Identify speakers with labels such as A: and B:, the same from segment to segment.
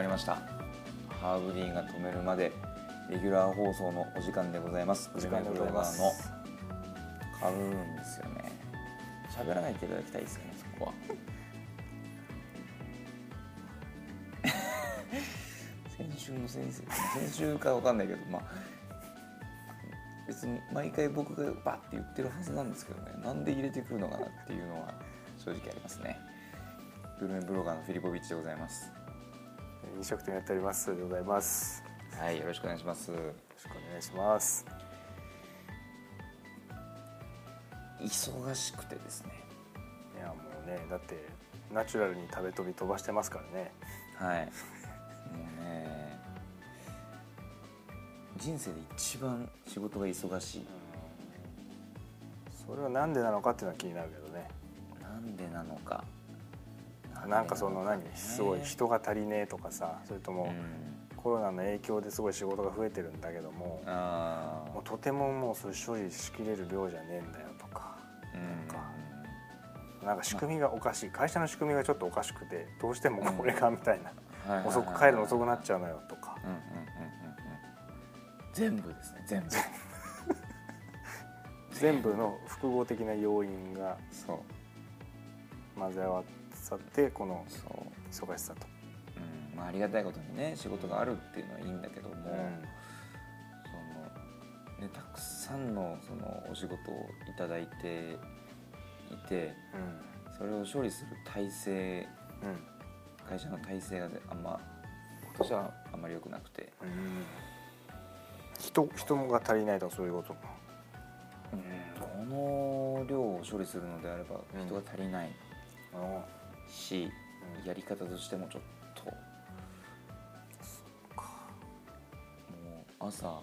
A: りましたハーブディーンが止めるまでレギュラー放送のお時間でございます
B: お時間でございます
A: グルメブロガーのカルーンですよね喋らないでいただきたいですねそこは 先週の先生先週かわかんないけどまあ別に毎回僕がバッて言ってるはずなんですけどねなんで入れてくるのかなっていうのは正直ありますねグルメブロガーのフィリポビッチでございます
B: 飲食店やっておりますでございますよ
A: はいよろしくお願いします
B: ろしくお願いします
A: 忙しくてですね
B: いやもうねだってナチュラルに食べ飛び飛ばしてますからね
A: はいもうね人生で一番仕事が忙しい
B: それはなんでなのかっていうのは気になるけどね
A: なんでなのか
B: なんかその何
A: ね
B: すごい人が足りねえとかさそれと
A: う
B: も
A: ん
B: コロナの影響ですごい仕事が増えてるんだけども
A: ああ
B: もうとてももうそれ処理しきれる量じゃねえんだよとか
A: うん
B: かなんか仕組みがおかしい会社の仕組みがちょっとおかしくてどうしてもこれがみたいな
A: はいはいはい
B: 遅く帰るの遅くなっちゃうのよとか
A: うんうんうんうんうん全部ですね全部
B: 全部の複合的な要因が
A: そう
B: 混ぜ合わさってこの
A: そう
B: 忙しさと、
A: うんまあ、ありがたいことにね仕事があるっていうのはいいんだけども、そのね、たくさんのそのお仕事をいただいていて
B: うん
A: それを処理する体制
B: うん
A: 会社の体制があんま今年はあんまり良くなくて、
B: うん、人人が足りないとかそういうこと
A: この量を処理するのであれば
B: うん
A: 人が足りない
B: あの
A: し、
B: うん
A: やり方としてもちょっともう朝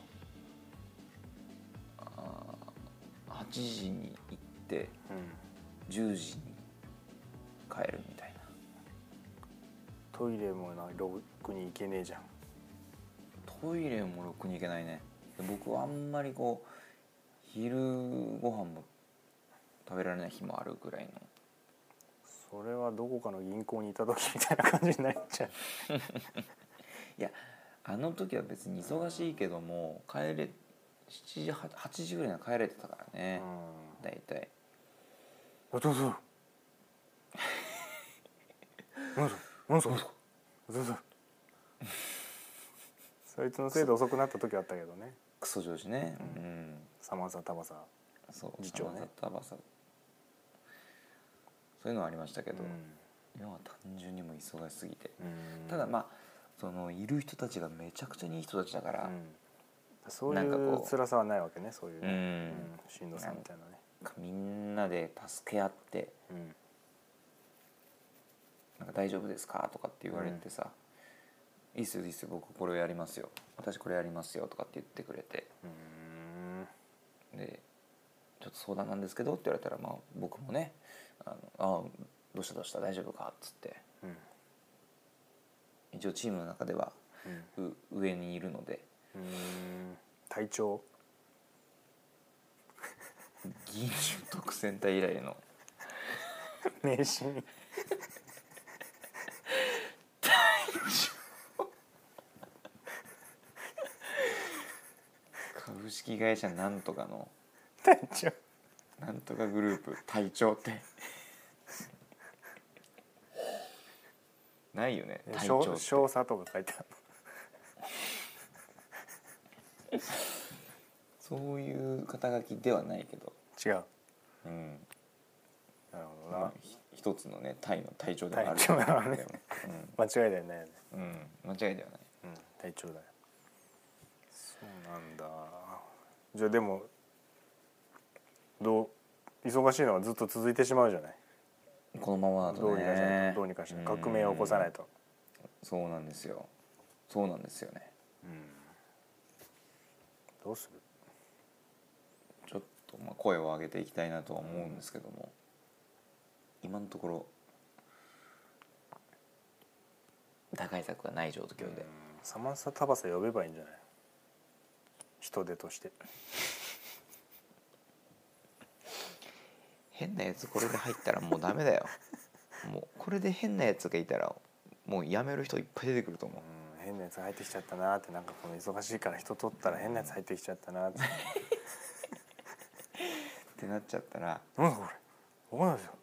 A: あー8時に行って
B: うん、
A: 10時に帰るみたいな
B: トイレもなロックに行けねえじゃん
A: トイレもろくに行けないねで僕はあんまりこう昼ご飯も食べられない日もあるぐらいの
B: それはどこかの銀行にいた時みたいな感じになっちゃう
A: いやあの時は別に忙しいけども帰れ7時は8時ぐらいには帰れてたから
B: う
A: ね、
B: ん
A: 大体
B: あどうぞなんぞなんぞどうぞそいつのせいで遅くなった時あったけどね
A: クソ上司ねう、
B: うんサマーサタバサ
A: そう
B: 次長ね
A: タバサそういうのはありましたけ
B: け
A: ど、要は単純にもう忙しすぎて、
B: うん
A: ただまあそのいる人たちがめちゃくちゃにいい人たちだから、
B: うん、そうい
A: なんか
B: う
A: こう
B: 辛さはないわけねそういうね、
A: うん
B: うんしんどさみたいなね、
A: なんかみんなで助け合って
B: うん
A: 「なんか大丈夫ですか?」とかって言われてさ「いいっすよいいっすよ僕これをやりますよ私これやりますよ」とかって言ってくれて
B: うん
A: で「ちょっと相談なんですけど」って言われたらまあ僕もね「あのあどうしたどうした大丈夫か?」っつって
B: うん
A: 一応チームの中では
B: うん
A: う上にいるので
B: うん体調
A: 議員特選隊以来の
B: 迷信
A: 株式会社なんとかの
B: 体調
A: なんとかグループ隊長ってないよね隊長って
B: 少少佐とか書いてある
A: そういう肩書きではないけど、
B: 違う
A: うん
B: なるほどな、
A: まあ、ひ一つのね隊の隊長でもある
B: 隊長だからね間違いだよね、
A: うん、うん、間違いではない
B: うん、体調だよそうなんだじゃあでもどう忙しいのはずっと続いてしまうじゃない
A: このままだとね
B: どうにかしないとどうにかしない革命を起こさない
A: と
B: と、
A: そうなんですよそうなんですよね
B: どうする
A: ちょっとまあ声を上げていきたいなとは思うんですけども、今のところ打開策がない状況で、
B: サマンサタバサ呼べばいいんじゃない人手として
A: 変なやつこれで入ったらもう ダメだよもうこれで変なやつがいたらもうやめる人いっぱい出てくると思う
B: 変なやつ入ってきちゃったなってなんかこの忙しいから人取ったら変なやつ入ってきちゃったなって
A: ってなっちゃったら
B: 「なんだこれわかんないですよ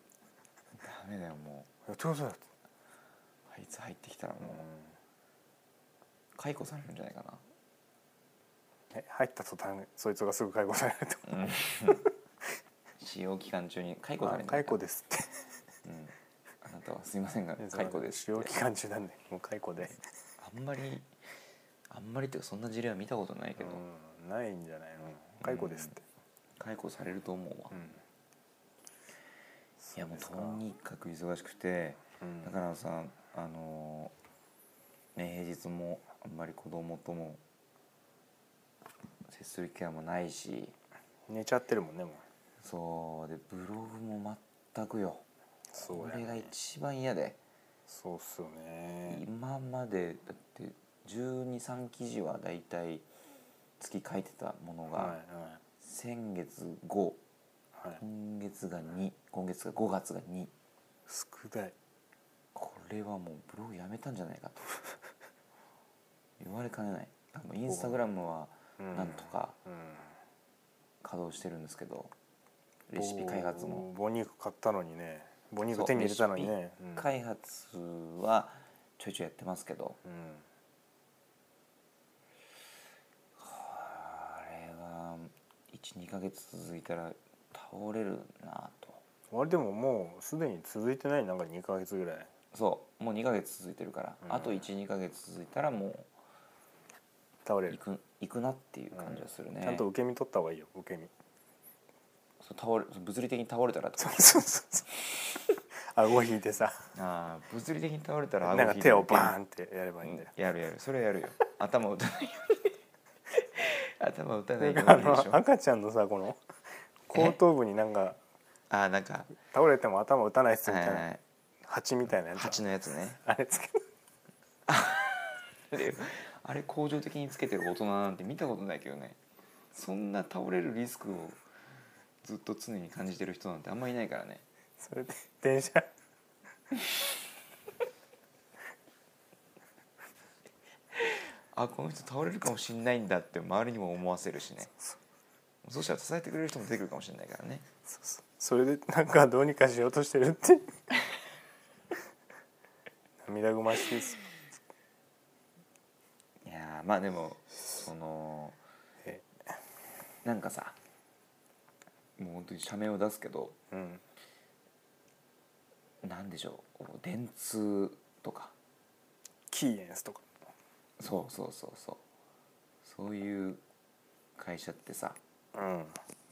A: ダメだよも
B: やってくださいよ」って
A: うあいつ入ってきたらも
B: う
A: うん解雇されるんじゃないか
B: え入った途端そいつがすぐ解雇されると
A: な、うん、使用期間中に解雇され
B: あ
A: るんじゃない
B: 解
A: か
B: 雇ですって
A: うん、あなたはすいませんが 解雇です
B: 使用期間中なんでもう解雇で
A: あんまりあんまりっていうかそんな事例は見たことないけど、
B: うんないんじゃないの解雇ですって
A: 解雇されると思うわ、
B: うん
A: いやもう
B: そ
A: と
B: ですか
A: にかく忙しくて
B: うん
A: だからさあのーね平日もあんまり子供とも接する機会もないし
B: 寝ちゃってるもんねもう
A: そうでブログも全くよ
B: そ
A: こ
B: うだ
A: れが
B: ね
A: 一番嫌で
B: そうっすよね
A: 今までだって123記事はだいたい月書いてたものが、
B: はいは
A: 先月5
B: いはい
A: 今月が2今月が5月が2
B: 少ない
A: これはもうブログやめたんじゃないかと 言われかねないあのインスタグラムは
B: うん
A: なんとか
B: うん
A: 稼働してるんですけどレシピ開発も
B: 母肉買ったのにね母肉手に入れたのにねうん
A: 開発はちょいちょいやってますけど
B: うん
A: あれは12ヶ月続いたら倒れるなと
B: あれでももうすでに続いてないなんか2ヶ月ぐらい
A: そうもう2ヶ月続いてるから、
B: うん
A: あと12ヶ月続いたらも
B: 倒
A: う
B: れ
A: 行
B: る
A: く行くなっていう感じがするね、
B: ちゃんと受け身取った方がいいよ受け身
A: そう倒れそう物理的に倒れたらと
B: そう
A: か
B: そうそうそう 顎引い てさ
A: あー物理的に倒れたら
B: な
A: 顎引
B: ん
A: い
B: か
A: て
B: 手をバーンってやればいいんだよ
A: やるやるそれや るよ頭打たないように頭打たないよ
B: あ
A: うにでし
B: の
A: ょ
B: 赤ちゃんのさこの後頭部になんか
A: あーなんか
B: 倒れても頭打たないっすみ
A: は
B: た
A: い
B: い
A: は
B: ない蜂みたいなや
A: 蜂
B: つ
A: のやつね
B: あれつけ
A: であれ恒常的につけてる大人なんて見たことないけどねそんな倒れるリスクをずっと常に感じてる人なんてあんまいないからね
B: それで電車
A: あこの人倒れるかもしんないんだって周りにも思わせるしねそうしたら支えてくれる人も出てくるかもしれないからね
B: そそそれでなんかどうにかしようとしてるって涙ぐましいです
A: いやーまあでもその
B: え
A: なんかさもう本当に社名を出すけど
B: うん
A: なんでしょう電通とか
B: キーエンスとか
A: そうそうそうそうそういう会社ってさ
B: うん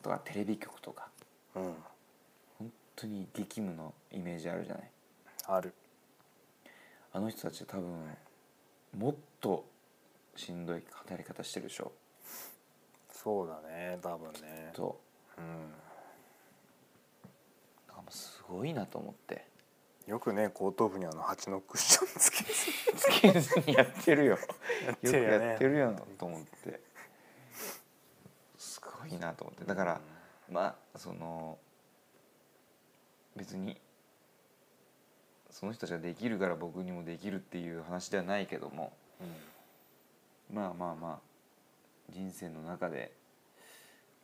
A: とかテレビ局とか
B: うん
A: 本当に激務のイメージあるじゃない
B: ある
A: あの人たちは多分もっとしんどい働き方してるでしょ
B: そうだね多分ね
A: と
B: うん
A: なんかもうすごいなと思って
B: よくね後頭部にあの蜂のクッションつけて
A: つけず にやってるよ
B: やっ
A: よく
B: てるよね
A: やってるよなと思ってすごいなと思ってだから、まあその別にその人たちができるから僕にもできるっていう話ではないけども
B: う
A: まあまあまあ人生の中で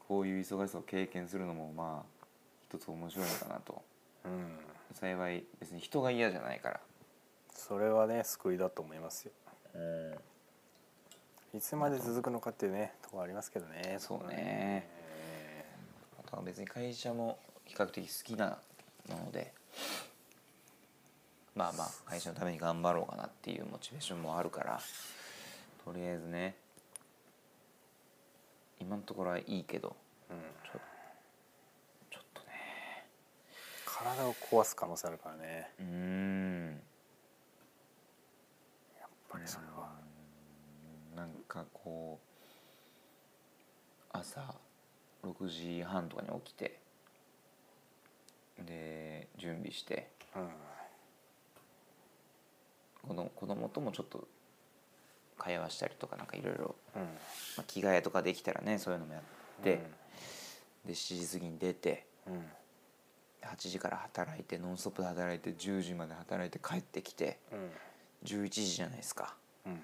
A: こういう忙しさを経験するのもまあ一つ面白いのかなと
B: ん、うん、
A: 幸い別に人が嫌じゃないから。
B: それはね救いだと思いますよ
A: うん
B: いつまで続くのかっていうねとこありますけどね
A: そうねあとは別に会社も比較的好きなのでまあまあ会社のために頑張ろうかなっていうモチベーションもあるからとりあえずね今のところはいいけど
B: うん
A: ちょちょっとね
B: 体を壊す可能性あるからね
A: うーん
B: やっぱりそれは
A: うんなんかこう朝6時半とかに起きてで準備して
B: うん
A: 子供子供ともちょっと会話したりとかなんかいろいろ
B: うん
A: まあ着替えとかできたらねそういうのもやって、で7時過ぎに出て
B: うんうん
A: 8時から働いてノンストップで働いて10時まで働いて帰ってきて
B: うん
A: 11時じゃないですか
B: うん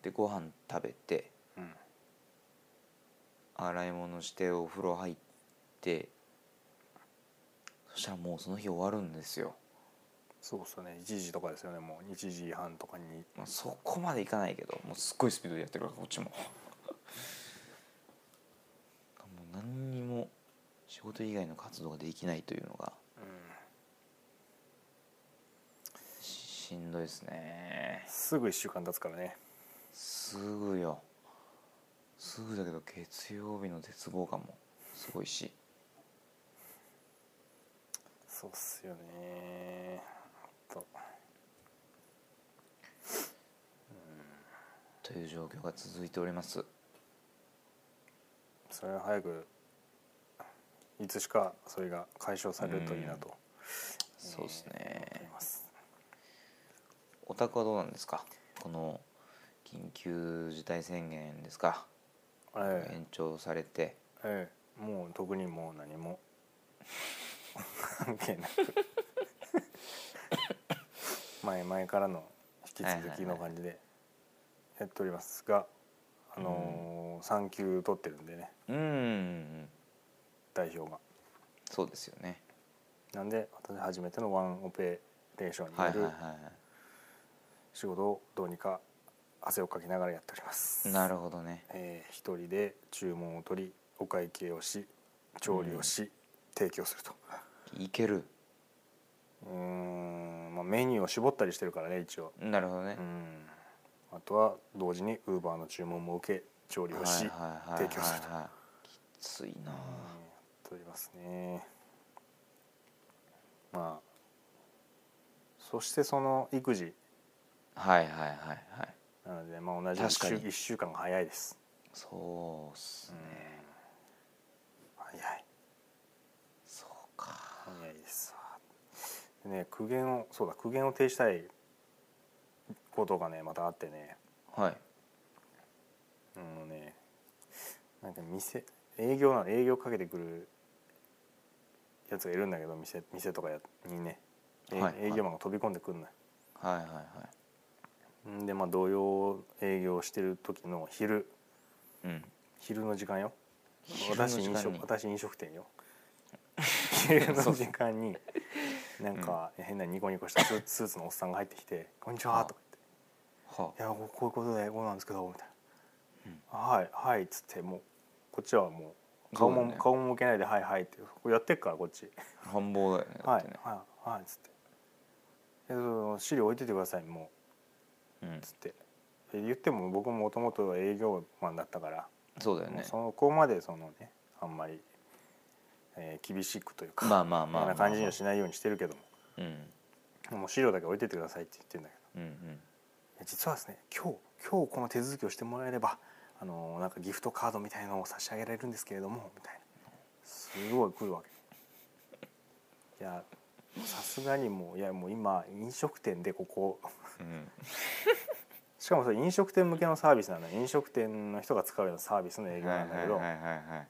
A: でご飯食べて
B: うん
A: 洗い物してお風呂入ってそしたらもうその日終わるんですよ、
B: そうっすよね1時とかですよねもう1時半とかに
A: まあ、そこまでいかないけどもうすっごいスピードでやってるからこっちももう何にも仕事以外の活動ができないというのがししんどいですね
B: すぐ1週間経つからね
A: すぐよすぐだけど月曜日の絶望感もすごいし
B: そうっすよねと
A: という状況が続いております
B: それは早くいつしかそれが解消されるといいなと、
A: そうです
B: えー思って
A: ね
B: います
A: お宅はどうなんですかこの緊急事態宣言ですか
B: え
A: 延長されて
B: えええもう特にもう何も関 係なく前々からの引き続きの感じでやっておりますが、あのー産休取ってるんでね
A: うーん
B: 代表が
A: そうですよね
B: なんで私初めてのワンオペレーションに
A: はい
B: よ
A: はいは
B: る仕事をどうにか汗をかきながらやっております
A: いなるほどね
B: えー一人で注文を取りお会計をし調理をし、提供すると
A: いける
B: うーん、まあ、メニューを絞ったりしてるからね一応
A: なるほどね
B: うんあとは同時にウーバーの注文も受け調理を
A: は
B: し、
A: いはいはいはい
B: 提供すると
A: はいきついな
B: うんやっておりますねまあそしてその育児
A: はいはいはいはい
B: なので、まあ、同じ1
A: 確か
B: 週
A: に
B: 一週間が早いです、
A: そうっす
B: うん
A: ね
B: 早い
A: そうか
B: 早いですわでね苦言をそうだ苦言を呈したいことがねまたあってね
A: はい
B: あのねなんか店営業なの営業かけてくるやつがいるんだけど店店とかやにね、え
A: はい
B: 営業マンが飛び込んでくんない、
A: はいはいは
B: んでまあ同様営業してる時の昼
A: いうん
B: 昼の時間よ
A: 昼の
B: 私
A: 時間
B: 飲
A: に
B: 食私飲食 店よ昼の時間になんか変なニコニコしたスーツスーツのおっさんが入ってきて「こんにちは」とか
A: は
B: 言って「いやこういうことでこうなんですけど」みたい
A: うん
B: な「はいはい」っつってもうこっちはもう顔
A: そ
B: も
A: うだね
B: 顔も向けないで「はいはい」ってこうやってっからこっち
A: あ繁忙だよね
B: 「
A: だ
B: は
A: っ
B: い
A: てね
B: はいはい」っつって「えその資料置いててくださいも
A: うん
B: う」っつってで言っても僕ももともと営業マンだったから
A: そうだよ
B: もう
A: ね
B: そこまでそのねあんまり、えー厳しくというか、
A: まあまあまあ
B: そんな感じに
A: ま
B: は
A: あ
B: しないようにしてるけども、
A: うん
B: もう資料だけ置いてってくださいって言ってるんだけど
A: うんうん
B: いや実はですね今日今日この手続きをしてもらえればあのーなんかギフトカードみたいのを差し上げられるんですけれどもみたいなすごい来るわけいやさすがにもういやもう今飲食店でここ
A: うん
B: しかもそれ飲食店向けのサービスなんだ飲食店の人が使うようなサービスの営業
A: はいは
B: ないんだ
A: は
B: け
A: い
B: ど、
A: はいはい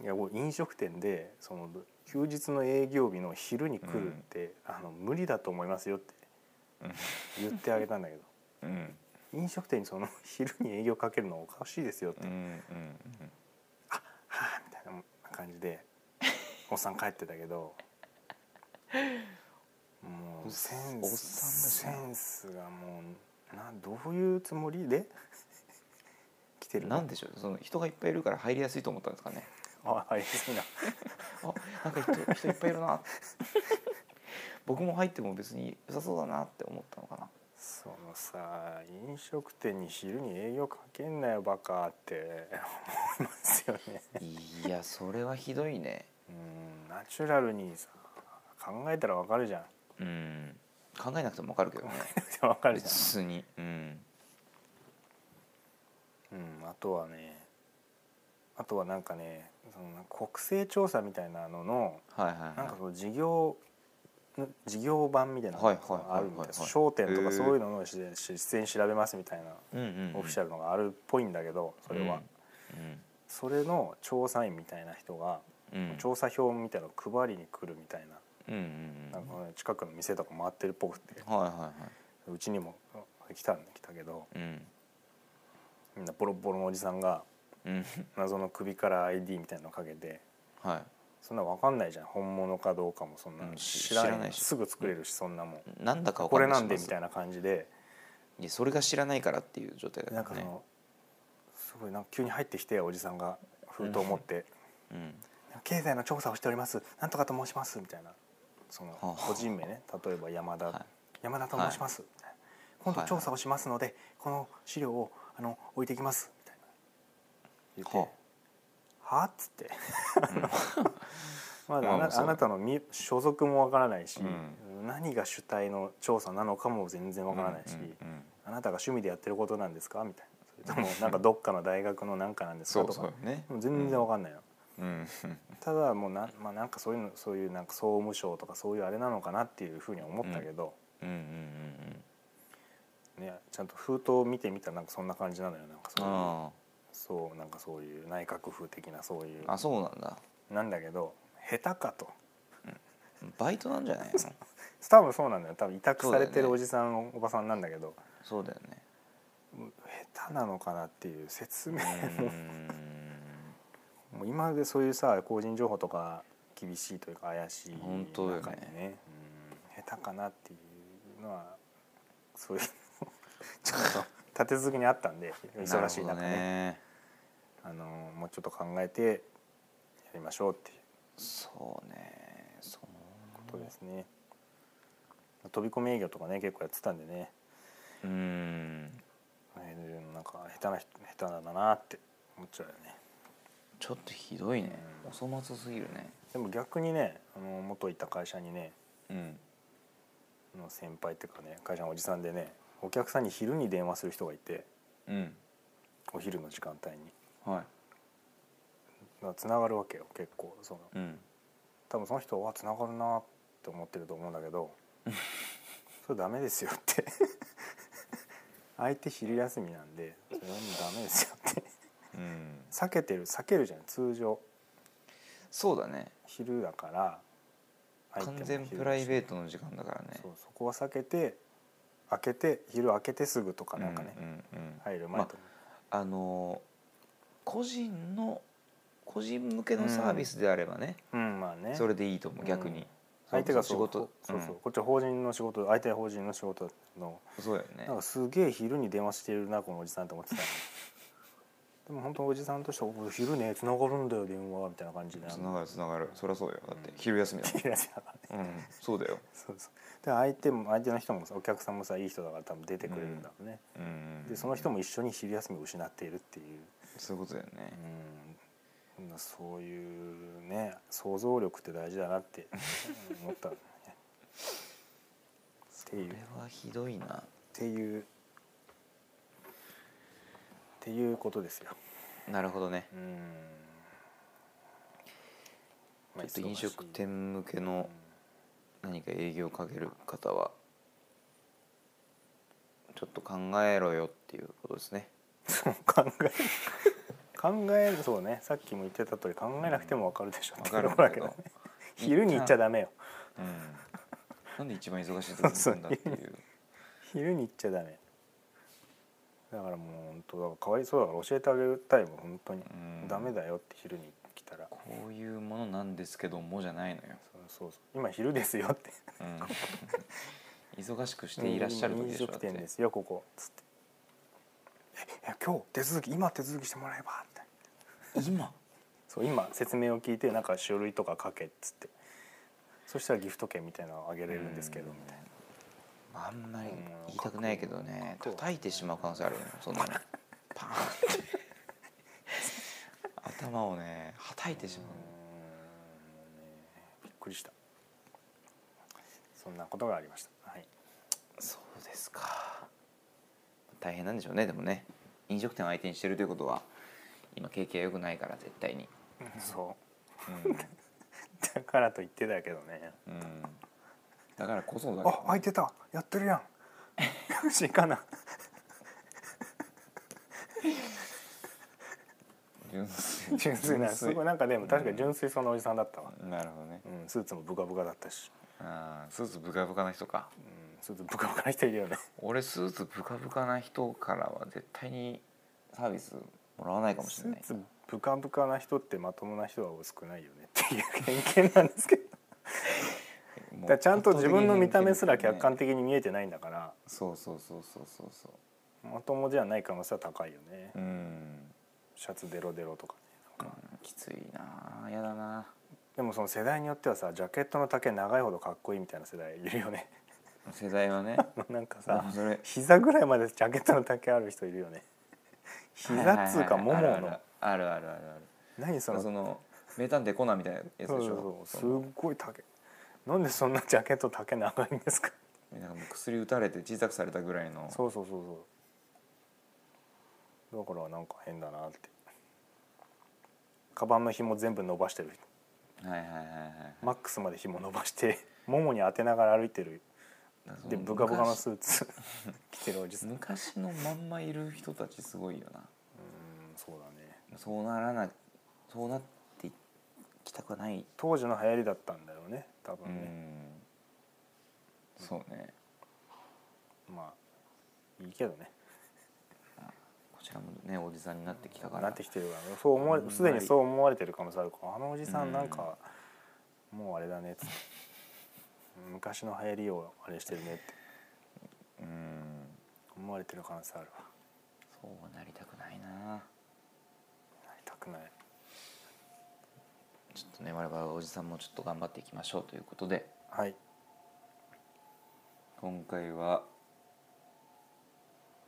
B: いやもう飲食店でその休日の営業日の昼に来るって、あの無理だと思いますよって
A: うん
B: 言ってあげたんだけど
A: うん
B: 飲食店にその 昼に営業かけるのはおかしいですよって、
A: うんうん
B: はあみたいな感じでおっさん帰ってたけども
A: お
B: う
A: っ
B: セ
A: さ
B: ン
A: ん
B: ス
A: おっさんだしな
B: センスがもうなどういうつもりで 来て
A: うん
B: る
A: なんでしょうその人がいっぱいいるから入りやすいと思ったんですかね
B: ああいいな
A: あなんか人人いっぱいいるな 僕も入っても別に良さそうだなって思ったのかな
B: そのさ飲食店に昼に営業かけんなよバカって思いますよね
A: いやそれはひどいね
B: うんナチュラルにさ考えたらわかるじゃん
A: うん考えなくても分かるけどね
B: わかるじゃ
A: 別にうん
B: ん、うん、あとはねあとはなんかねその国勢調査みたいなのの
A: はいはいはい
B: なんかその事業事業版みたいなのが
A: はいはいはいはい
B: あるみたいな商店とかそういうのの出演調べますみたいな
A: うんうんうん
B: オフィシャルのがあるっぽいんだけどそれは、それの調査員みたいな人が
A: うんうん
B: 調査票みたいなのを配りに来るみたいな
A: うんうんうん
B: なんかね近くの店とか回ってるっぽくて
A: はいは
B: うちにもあ来たんで来たけど
A: いはいうん
B: みんなボロボロのおじさんが
A: うん
B: 謎の首から ID みたいなのかけて
A: は
B: そんな分かんないじゃん本物かどうかもそんな
A: うん
B: の
A: し
B: 知ら
A: 知ら
B: な
A: ないいし
B: すぐ作れるしそんなもん
A: いなんだかわ
B: こ
A: か
B: れ
A: んない
B: なんでみた
A: い
B: いな感じで
A: やそれが知らないからっていう状態だ
B: なん
A: か
B: からそ
A: ね
B: のすごいなんか急に入ってきておじさんが封筒を持って
A: うん
B: 「経済の調査をしておりますなんとかと申します」みたいなその
A: はあ
B: 個人名ね例えば山田
A: はい
B: 山田と申します、今度調査をしますので、この資料をあの置いていきますみたいな言って
A: は
B: 「はあ?」っつって、 まだ
A: まあ
B: あ
A: ま
B: な
A: あそう
B: あなたのみ所属もわからないし、
A: う
B: 何が主体の調査なのかも全然わからない
A: う
B: し、
A: んうんうん
B: あなたが趣味でやってることなんですかみたい なそれともなんかどっかの大学のなんかなんです
A: そ
B: か
A: う
B: と
A: そう
B: か
A: よね
B: もう全然わかんないの、
A: うん
B: ただもうな,、まあ、なんかそういうのそういうなんか総務省とかそういうあれなのかなっていうふうには思ったけど、
A: うんうんうんうん
B: ね、ちゃんと封筒を見てみたらなんかそんな感じなのよなんかそういう
A: あ
B: そうなんかそういう内閣府的なそういう
A: ああそうなんだ
B: なんだけど下手かと
A: バイトなんじゃないの
B: 多分そうなんだよ多分委託
A: そう
B: さ
A: だよ
B: れ
A: ね
B: てるおじさん、おばさんなんだけど
A: そうだよね
B: 下手なのかなっていう説明
A: う
B: も,、
A: ーん
B: もう今までそういうさ個人情報とか厳しいというか怪しい中に
A: 本当だよね
B: ねうん下手かなっていうのはそういうちょっと 立て続けにあったんで 忙しい
A: なるほど
B: 中ね
A: ね
B: あのもうちょっと考えてやりましょうっていう
A: そうねそう
B: ことですね、飛び込み営業とかね結構やってたんでね
A: うーん
B: えーなんか下手な人下手なんだなって思っちゃうよね
A: ちょっとひどいね
B: う
A: お
B: ん
A: 粗末すぎるね
B: でも逆にねあの元いた会社にね
A: うん
B: あの先輩っていうかね会社のおじさんでねお客さんに昼に電話する人がいて
A: うん
B: お昼の時間帯に
A: は
B: つながるわけよ結構その
A: いうん
B: 多分その人はつながるなって思ってると思うんだ けどそれダメですよって 相手昼休みなんでそれはもうダメですよって
A: うん
B: 避けてる避けるじゃん通常
A: そうだね
B: 昼だから相手
A: 完
B: も
A: 全
B: 昼
A: プライベートの時間だからね
B: そうそこは避けて開けて昼開けてすぐとかなんかね、
A: うんうんうん
B: 入る前とか、
A: あの個人の個人向けのサービスであればね、
B: うんまあね
A: それでいいと思
B: う
A: うん逆に、
B: 相手が
A: そ
B: そう
A: の仕事
B: そうそう、
A: うん
B: こっちは法人の仕事相手は法人の仕事だったの
A: そうだよね
B: なんかすげえ昼に電話してるなこのおじさんと思ってた のでも本当おじさんとしてはお「昼ね繋がるんだよ電話」みたいな感じで
A: つながるつながるそりゃそうよだっ
B: う
A: て
B: ん
A: 昼休みだ
B: 昼休みだからね
A: もん、 うん、そうだよ
B: そうそうで相手も相手の人もさお客さんもさいい人だから多分出てくれるんだろうね、
A: うん
B: でその人も一緒に昼休みを失っているっていう、
A: そういうことだよね
B: うん、まあそういうね想像力って大事だなって思った んだよね。っていう
A: こ
B: っ
A: れはひどいな
B: ていうっていうことですよ。
A: なるほどね
B: うん
A: ちょっと飲食
B: の
A: 店向けの何か営業をかける方はちょっと考えろよっていうことですね
B: 考え考えそうねさっきも言ってた通り考えなくてもわかるでしょって
A: わか
B: いう
A: る
B: と
A: ん
B: こ
A: だけ
B: だけ
A: ど
B: どね昼に行っちゃダメよ
A: うんなんで一番忙しい時に行くんだって いう
B: 昼に行っちゃダメだからもう本当だからかわいそうだから教えてあげたいもん本当に、
A: うん
B: ダメだよって昼に来たら
A: こういうものなんですけどもじゃないのよ、
B: そうそうそう今昼ですよって
A: うん、忙しくしていらっしゃる時でしょ
B: 飲
A: だっ
B: 食
A: て
B: 店ですよここつってえいや今日手続き今手続きしてもらえばって
A: 今
B: そう今説明を聞いてなんか書類とか書けっつってそしたらギフト券みたいなのあげれるんですけどみたいな
A: あんまり言いたくないけどね
B: うん
A: 叩いてしまう可能性あるよねそんなのパーンって頭をねはたいてしまう
B: びっくりしたそんなことがありましたはい
A: そうですか大変なんでしょうねでもね飲食店を相手にしてるということは今景気が良くないから絶対に、
B: そう
A: うん
B: だからと言ってたけどね
A: うん、だからこそだけどね
B: あ開いてたやってるやんよ し行かな
A: 純粋
B: 純粋なすごいなんかでも確かに純粋そうなおじさんだったわ、
A: なるほどね
B: うん、スーツもブカブカだったし、
A: あースーツブカブカな人か
B: うん、 スーツブカブカな人いるよね
A: 俺スーツブカブカな人からは絶対にサービスもらわないかもしれない
B: スーツブカブカな人ってまともな人は少ないよねっていう偏見なんですけどだからちゃんと自分の見た目すら客観
A: 的
B: 的に見えてないんだから
A: そうそうそうそうそうそう
B: まともじゃない可能性は高いよね、
A: うん、
B: シャツデロデロとかね
A: う
B: なんか
A: ん、きついなあやだな
B: でもその世代によってはさジャケットの丈長いほどかっこいいみたいな世代いるよね
A: 世代はね
B: なんか
A: で
B: さ
A: もそれ
B: 膝ぐらいまでジャケットの丈ある人いるよね膝っつうかもも
A: はいはいはい
B: の
A: あるあるあるあるある
B: 何そ
A: そ
B: の
A: の名探偵コナンみたいなやつでし
B: そ
A: ょ
B: うそうそう
A: その
B: すっごい丈なんでそんなジャケット丈長いんですか
A: なんかもう薬打たれて小さくされたぐらいの
B: そうそうそうそうだからなんか変だなってカバンの紐全部伸ばしてる
A: はいはいはいはい
B: マックスまで紐伸ばしてももに当てながら歩いてる
A: だからそ
B: でブカブカの
A: 昔
B: スーツ着てるおじさんうん
A: 昔のまんまいる人たちすごいよな
B: そうだね
A: そうならなそうなってきたくない
B: 当時の流行りだったんだろうね多
A: う
B: 分ね、
A: んそうね
B: まあいいけどね
A: こちらもねおじさんになってきたから
B: なってきてるからねそう思わ
A: あんまり
B: すでにそう思われてる可能性あるからあのおじさ
A: うん
B: んなんか、もうあれだねっつって昔の流行りをあれしてるねって
A: うん
B: 思われてる可能性あるわ
A: そうなりたくないな
B: なりたくない
A: ちょっとね我々はおじさんもちょっと頑張っていきましょうということで
B: はい
A: 今回は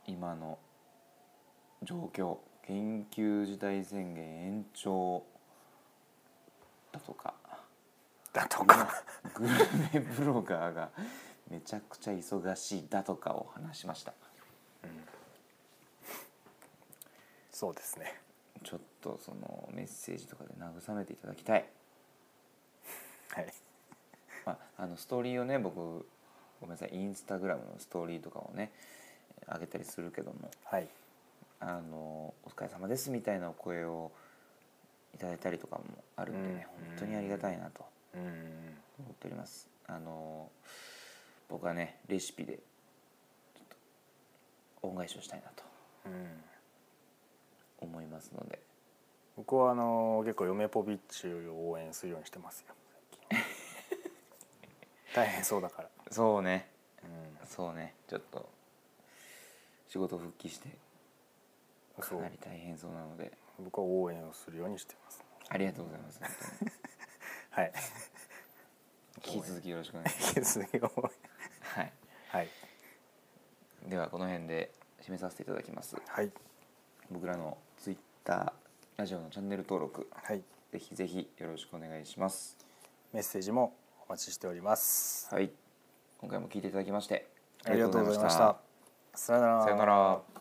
A: 今の状況緊急事態宣言延長だとか
B: だとか
A: グルメブロガーがめちゃくちゃ忙しいだとかを話しました
B: そうですね
A: ちょっとそのメッセージとかで慰めていただきたい、
B: はい
A: まあ、あのストーリーをね僕ごめんなさいインスタグラムのストーリーとかをね上げたりするけども
B: はい
A: あの「お疲れ様です」みたいなお声をいただいたりとかもあるんでね、
B: うん
A: 本当にありがたいなと
B: うん
A: 思っておりますあの僕はねレシピでちょっと恩返しをしたいなと
B: うん
A: 思いますので
B: 僕はあの結構嫁ポビッチを応援するようにしてますよ最 近大変そうだから、
A: そうね
B: うん、
A: そうねちょっと仕事復帰してか
B: そう
A: なり大変そうなので
B: 僕は応援をするようにしてます
A: ありがとうございます本当に
B: はい
A: 引き続きよろしくお願いします
B: 引き続き応援
A: はい
B: はい
A: ではこの辺で締めさせていただきます
B: はい
A: 僕らのツイッターラジオのチャンネル登録
B: はい
A: ぜひぜひよろしくお願いします
B: メッセージもお待ちしております
A: はい今回も聞いていただきまして
B: ありがとうございましたさよなら
A: さようなら